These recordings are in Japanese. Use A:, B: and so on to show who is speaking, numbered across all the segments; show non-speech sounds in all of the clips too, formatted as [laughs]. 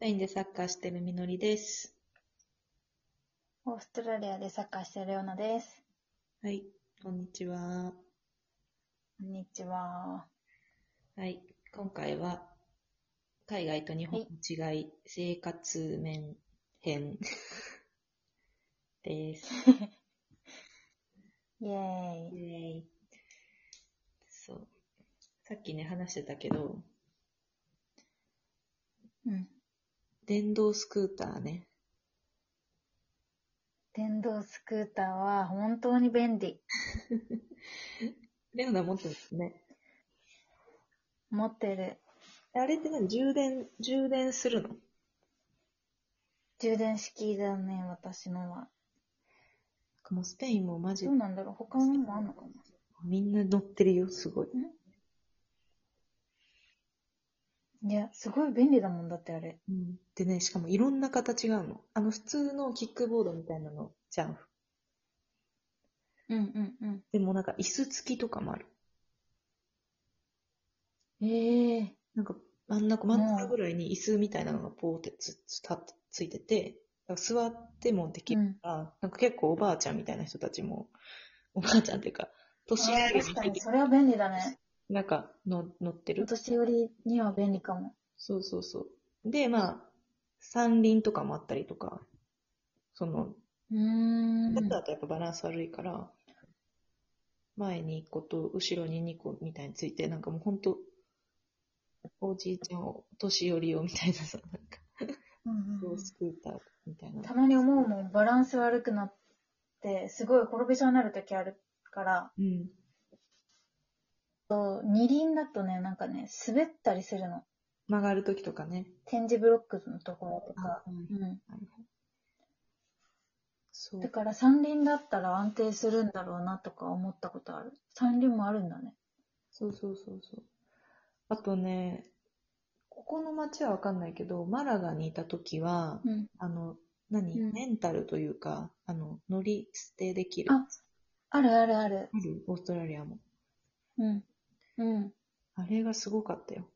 A: でサッカーしてるみのりです。
B: オーストラリアでサッカーしてるレオナです。
A: はい、こんにちは。
B: こんにちは。
A: はい、今回は、海外と日本の違い、生活面編 [laughs] です。イ
B: イエーイ。
A: エーイそう。さっきね、話してたけど、
B: うん。
A: 電動スクーターね。
B: 電動スクーターは本当に便利。
A: レオナ持ってますね。
B: 持ってる。
A: あれって何充電、充電するの
B: 充電式だね、私のは。
A: もうスペインもマジ
B: どう、なんだろう他のもあんのかな
A: みんな乗ってるよ、すごい。
B: いや、すごい便利だもんだってあれ。
A: うんでね、しかもいろんな形があるの。あの、普通のキックボードみたいなのじゃん。
B: うんうん
A: でもなんか椅子付きとかもある。
B: うん。ええー。
A: なんか真ん中、真ん中ぐらいに椅子みたいなのがポーってつつ立ってついてて、だから座ってもできるから、なんか結構おばあちゃんみたいな人たちも、おばあちゃんっていうか、年寄
B: あー
A: り
B: 確か
A: の
B: に、それは便利だね。
A: なんかの乗って
B: お
A: る。
B: 年寄りには便利かも。
A: そうそうそう。で、まあ、三輪とかもあったりとか、その、
B: うーん
A: だ。ったとやっぱバランス悪いから、前に1個と後ろに2個みたいについて、なんかもうほんと、おじいちゃんを、お年寄りをみたいなさ、なんか、
B: うんうんうん
A: スクーターみたいな。
B: たまに思うもん、バランス悪くなって、すごい転びそうになるときあるから、
A: うん。
B: と二輪だとね、なんかね、滑ったりするの。
A: 曲がるときとかね。
B: 点字ブロックのところとか。
A: うん
B: うん。
A: そう
B: だ。から三輪だったら安定するんだろうなとか思ったことある。三輪もあるんだね。
A: そうそうそうそう。あとね、ここの町はわかんないけど、マラガにいたときは、
B: うん。
A: あの、何、
B: うん
A: レンタルというか、あの、乗り捨てできる。
B: ああるあるある。
A: あるオーストラリアも。
B: うん。うん。
A: あれがすごかったよ。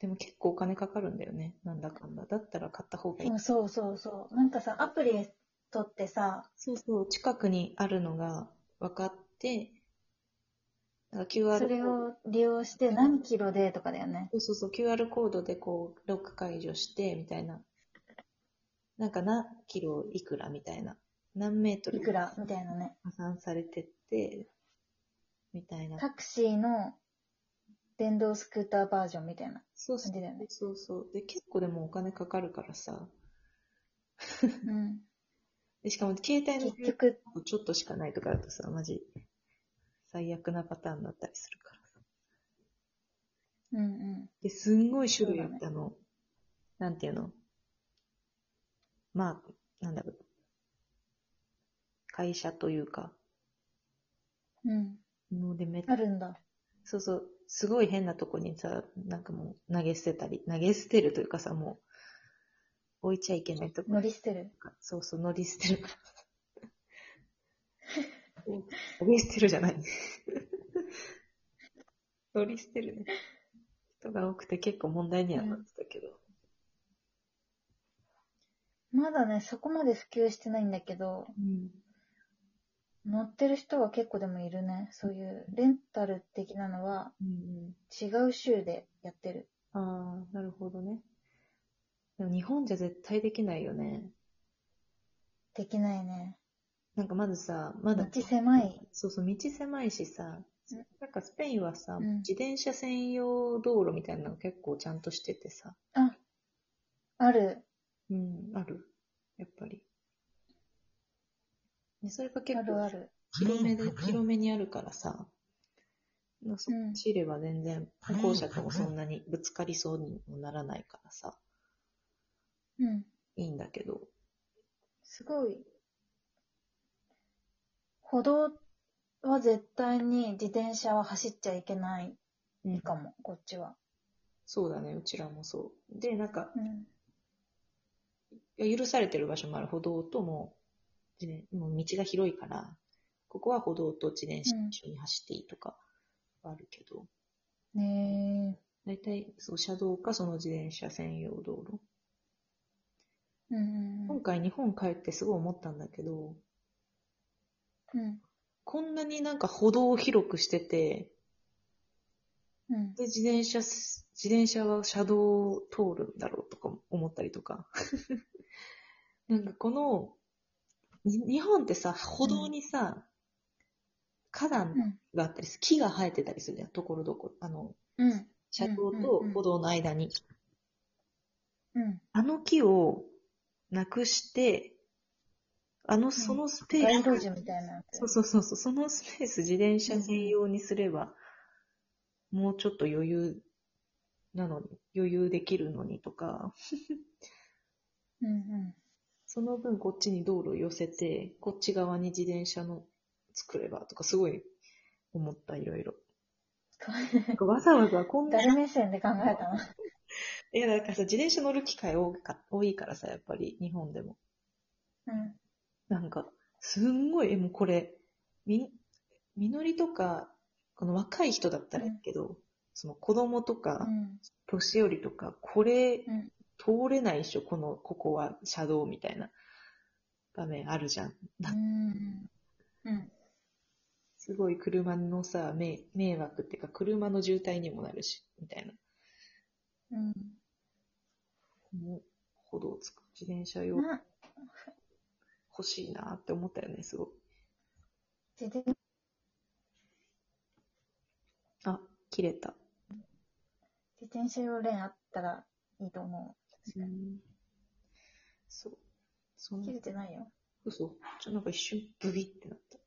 A: でも結構お金かかるんだよね。なんだかんだ。だったら買った方がいい。
B: うんそうそうそう。なんかさ、アプリ取ってさ、
A: そうそう。近くにあるのが分かって、なんか QR
B: それを利用して何キロでとかだよね。
A: そうそうそう、QR コードでこう、ロック解除して、みたいな。なんか何キロいくらみたいな。何メートル
B: いくらみたいなね。
A: 加算されてって、みたいな。
B: タクシーの電動スクーターバージョンみたいな
A: そうそ
B: 感
A: う
B: じだよね。
A: そうそう。で、結構でもお金かかるからさ。
B: うん。
A: でしかも携帯の
B: 結局、
A: ちょっとしかないとかだとさ、マジ、最悪なパターンだったりするからさ。
B: うんうん。
A: で、すんごい種類あったの。なんていうのまあ、なんだろう。会社というか、
B: うん。
A: のでめ
B: あるんだ。
A: そうそう、すごい変なとこにさ、なんかもう投げ捨てたり、投げ捨てるというかさ、もう、置いちゃいけないとこ
B: 乗り捨てる。
A: か、そうそう、乗り捨てる [laughs] から。投げ捨てるじゃ [laughs] ない。乗り捨てるね。人が多くて結構問題にはなってたけど。
B: まだね、そこまで普及してないんだけど、
A: うん。
B: 乗ってる人は結構でもいるね。そういうレンタル的なのは
A: うん
B: 違う州でやってる。
A: うん。ああ、なるほどね。でも日本じゃ絶対できないよね。
B: できないね。
A: なんかまずさ、まだ。
B: 道狭い。
A: そうそう、道狭いしさ
B: うん、
A: なんかスペインはさ、
B: うん
A: 自転車専用道路みたいなの結構ちゃんとしててさ、
B: ある。
A: うん、あるやっぱり。でそれが結
B: ある
A: 構
B: ある。
A: 広めで、広めにあるからさ、まあそ
B: うん
A: 走れば全然歩行者ともそんなにぶつかりそうにもならないからさ、
B: うん。
A: いいんだけど、
B: すごい。歩道は絶対に自転車は走っちゃいけない
A: うん、
B: かも、こっちは。
A: そうだね、うちらもそう。で、なんか、
B: うん。
A: いや許されてる場所もある歩道ともう、自転もう道が広いから、ここは歩道と自転車
B: うん
A: 一緒に走っていいとかはあるけど、
B: ねえ。
A: 大体そう車道かその自転車専用道路
B: うん
A: 今回日本帰ってすごい思ったんだけど、
B: うん
A: こんなになんか歩道を広くしてて、
B: うん
A: で、自転車す、自転車は車道を通るんだろうとか思ったりとか。 [laughs] なんかこの、に日本ってさ、歩道にさ、花壇
B: うん
A: があったりする、木が生えてたりするじゃん、ところどころ。あの、
B: うん
A: 車道
B: うんうんう
A: と
B: ん
A: 歩道の間に。
B: うん
A: あの木をなくして、あの、そのスペース、
B: 街路樹みたいな
A: そうそうそうそう、そのスペース自転車専用にすれば、もうちょっと余裕なのに、余裕できるのにとか、
B: うんうん
A: その分こっちに道路を寄せて、こっち側に自転車の作ればとか、すごい思った、いろいろ。なんかわざわざこんな、い
B: 誰目線で考えたの
A: や、だからさ、自転車乗る機会多いか多いからさ、やっぱり日本でも。
B: うん
A: なんか、すんごい、えもうこれ、み、みのりとか、この若い人だったらいいけど、その子供とか、
B: うん
A: 年寄りとか、これ
B: うん、
A: 通れないでしょ、この、ここは車道みたいな場面あるじゃん。
B: う
A: なん
B: うん
A: すごい車のさ、迷迷惑っていうか、車の渋滞にもなるし、みたいな。
B: うん
A: もう歩道をつく、自転車用
B: うんな
A: 欲しいなって思ったよね、すごい。
B: 自転
A: あ、切れた。
B: 自転車用レーンあったらいいと思う確かに
A: そう。そんな
B: 切れてないよ
A: 嘘ちょ、なんか一瞬ブビってなった。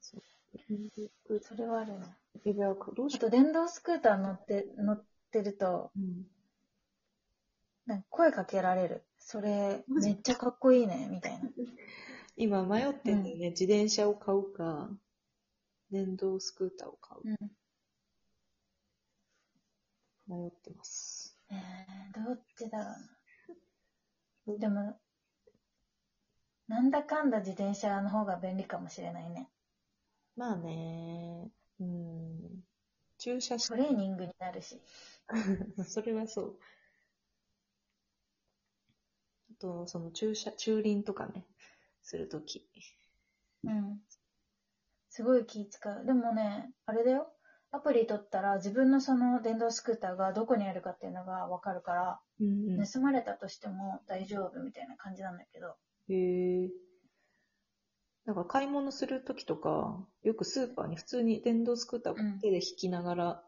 A: そう。
B: それはあるな
A: エビはどう
B: あ
A: しよ
B: と電動スクーター乗って乗ってると
A: う。うん。
B: なんか声かけられるそれ
A: マジ
B: めっちゃかっこいいねみたいな
A: 今迷ってんだよね。自転車を買うか、電動スクーターを買
B: うん
A: う。迷ってます。
B: えー、どっちだろうな。でも、なんだかんだ自転車の方が便利かもしれないね。
A: まあねうん。駐車し
B: トレーニングになるし。
A: まあそれはそう。あと、その駐車、駐輪とかね、するとき。
B: うん。すごい気使う。でもね、あれだよ。アプリ取ったら自分のその電動スクーターがどこにあるかっていうのがわかるから、
A: うん
B: 盗まれたとしても大丈夫みたいな感じなんだけど。
A: へえ。なんか買い物するときとか、よくスーパーに普通に電動スクーターを
B: うん
A: 手で引きながら、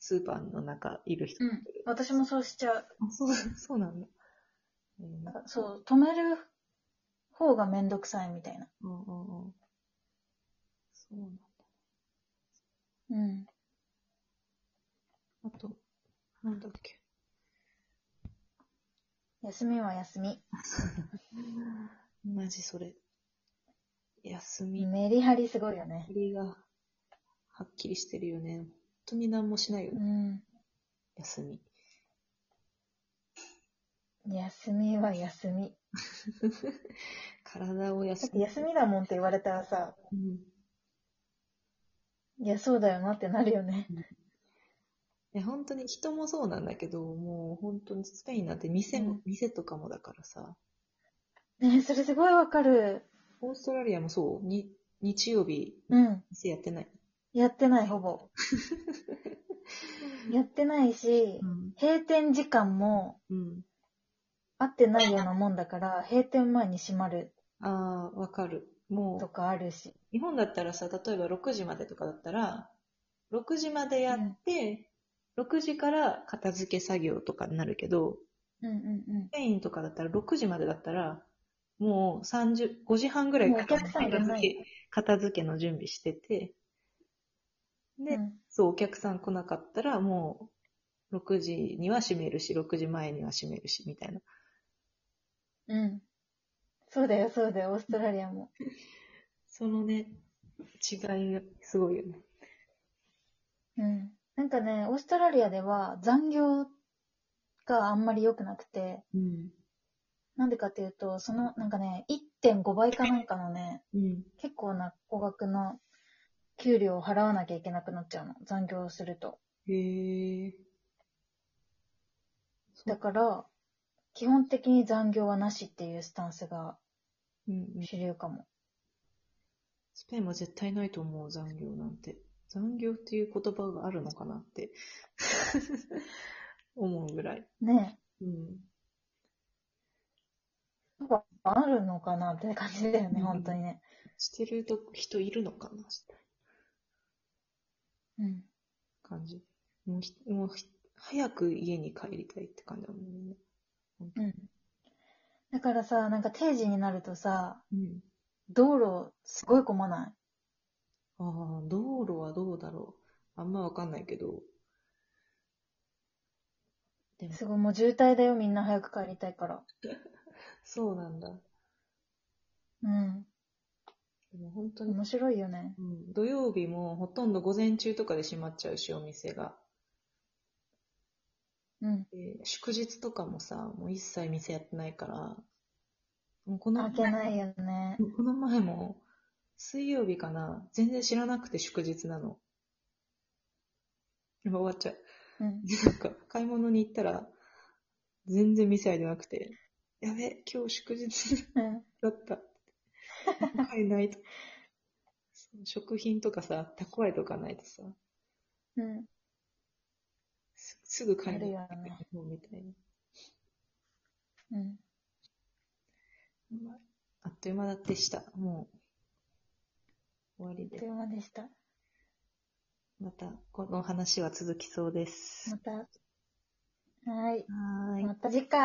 A: スーパーの中いる人
B: う
A: がい
B: ん
A: る。。
B: 私もそうしちゃう。
A: あそう、 [laughs] そうなんだ。えー、なんか、
B: そう、止める方がめんどくさいみたいな。
A: うんうんうん。そうなんだ。
B: うん。
A: あと、なんだっけ。
B: 休みは休み。
A: マジそれ。休み
B: メリハリすごいよね。
A: りが、はっきりしてるよね。本当に何もしないよ
B: う
A: ね。
B: ん。
A: 休み。
B: 休みは休み。
A: 体を
B: だ
A: 休
B: って休みだもんって言われたらさ、
A: うん
B: いや、そうだよなってなるよね。
A: いや、本当に人もそうなんだけど、もう本当にスペインなんて店も、
B: うん
A: 店とかもだからさ、
B: ねえそれすごいわかる。
A: オーストラリアもそう、に日曜日、
B: うん。
A: 店やってない。
B: やってない、ほ [laughs] ぼ。やってないし、
A: ん。
B: 閉店時間も
A: うん。
B: 合ってないようなもんだから、閉店前に閉まる
A: ああ、わかる。
B: と
A: もう、
B: かあるし。
A: 日本だったらさ、例えば6時までとかだったら、6時までやって、6時から片付け作業とかになるけど、
B: うんうん
A: スペインとかだったら6時までだったら、もう30、5時半ぐらい
B: もう
A: か
B: お
A: ら
B: 客さんいら
A: 片
B: な
A: 付
B: い
A: け、片付けの準備してて、
B: うん。
A: で、そう、お客さん来なかったら、もう、6時には閉めるし、6時前には閉めるし、みたいな。
B: うん。うん。そうだよ、そうだよ、オーストラリアも。
A: そのね、違いがすごいよね。
B: うん。なんかね、オーストラリアでは残業があんまり良くなくて、
A: うん。
B: なんでかっていうと、その、なんかね、1.5倍かなんかのね、
A: うん。
B: 結構な高額の給料を払わなきゃいけなくなっちゃうの。残業をすると。
A: へえ。
B: だから、基本的に残業はなしっていうスタンスが
A: うんうん、
B: 主流かも。
A: スペインは絶対ないと思う、残業なんて。残業っていう言葉があるのかなって [laughs] 思うぐらい。
B: ね
A: うん。
B: え。なんかあるのかなって感じだよね、
A: うん
B: 本当にね。
A: してると人いるのかなみたい
B: うん。
A: な感じ。もうひ、もうひ、早く家に帰りたいって感じだもんね、みんな。
B: うん。だからさ、なんか定時になるとさ、
A: うん。
B: 道路すごい混まない
A: ああ、道路はどうだろう。あんまわかんないけど。でも、
B: すごい、もう渋滞だよ、みんな早く帰りたいから。
A: そうなんだ。
B: うん。
A: でも本当に、
B: 面白いよね。
A: うん、土曜日もほとんど午前中とかで閉まっちゃうし、お店が。
B: うん。
A: で祝日とかもさ、もう一切店やってないから、もうこの
B: 開けないよね。
A: この前も、水曜日かな、全然知らなくて祝日なの。やば終わっちゃう。
B: うん。
A: なんか、買い物に行ったら、全然店開いてなくて、やべ、今日祝日
B: うん。
A: だった。買えないと。そう食品とかさ、蓄えとかないとさ、
B: うん。
A: すすぐ買えない
B: あるよね
A: もうみたいな。
B: うん。
A: まああっという間だってした。もう、終わり
B: あっ
A: で
B: とい。う間でした。
A: また、この話は続きそうです
B: ま。た。はい。
A: はーい。
B: また次回。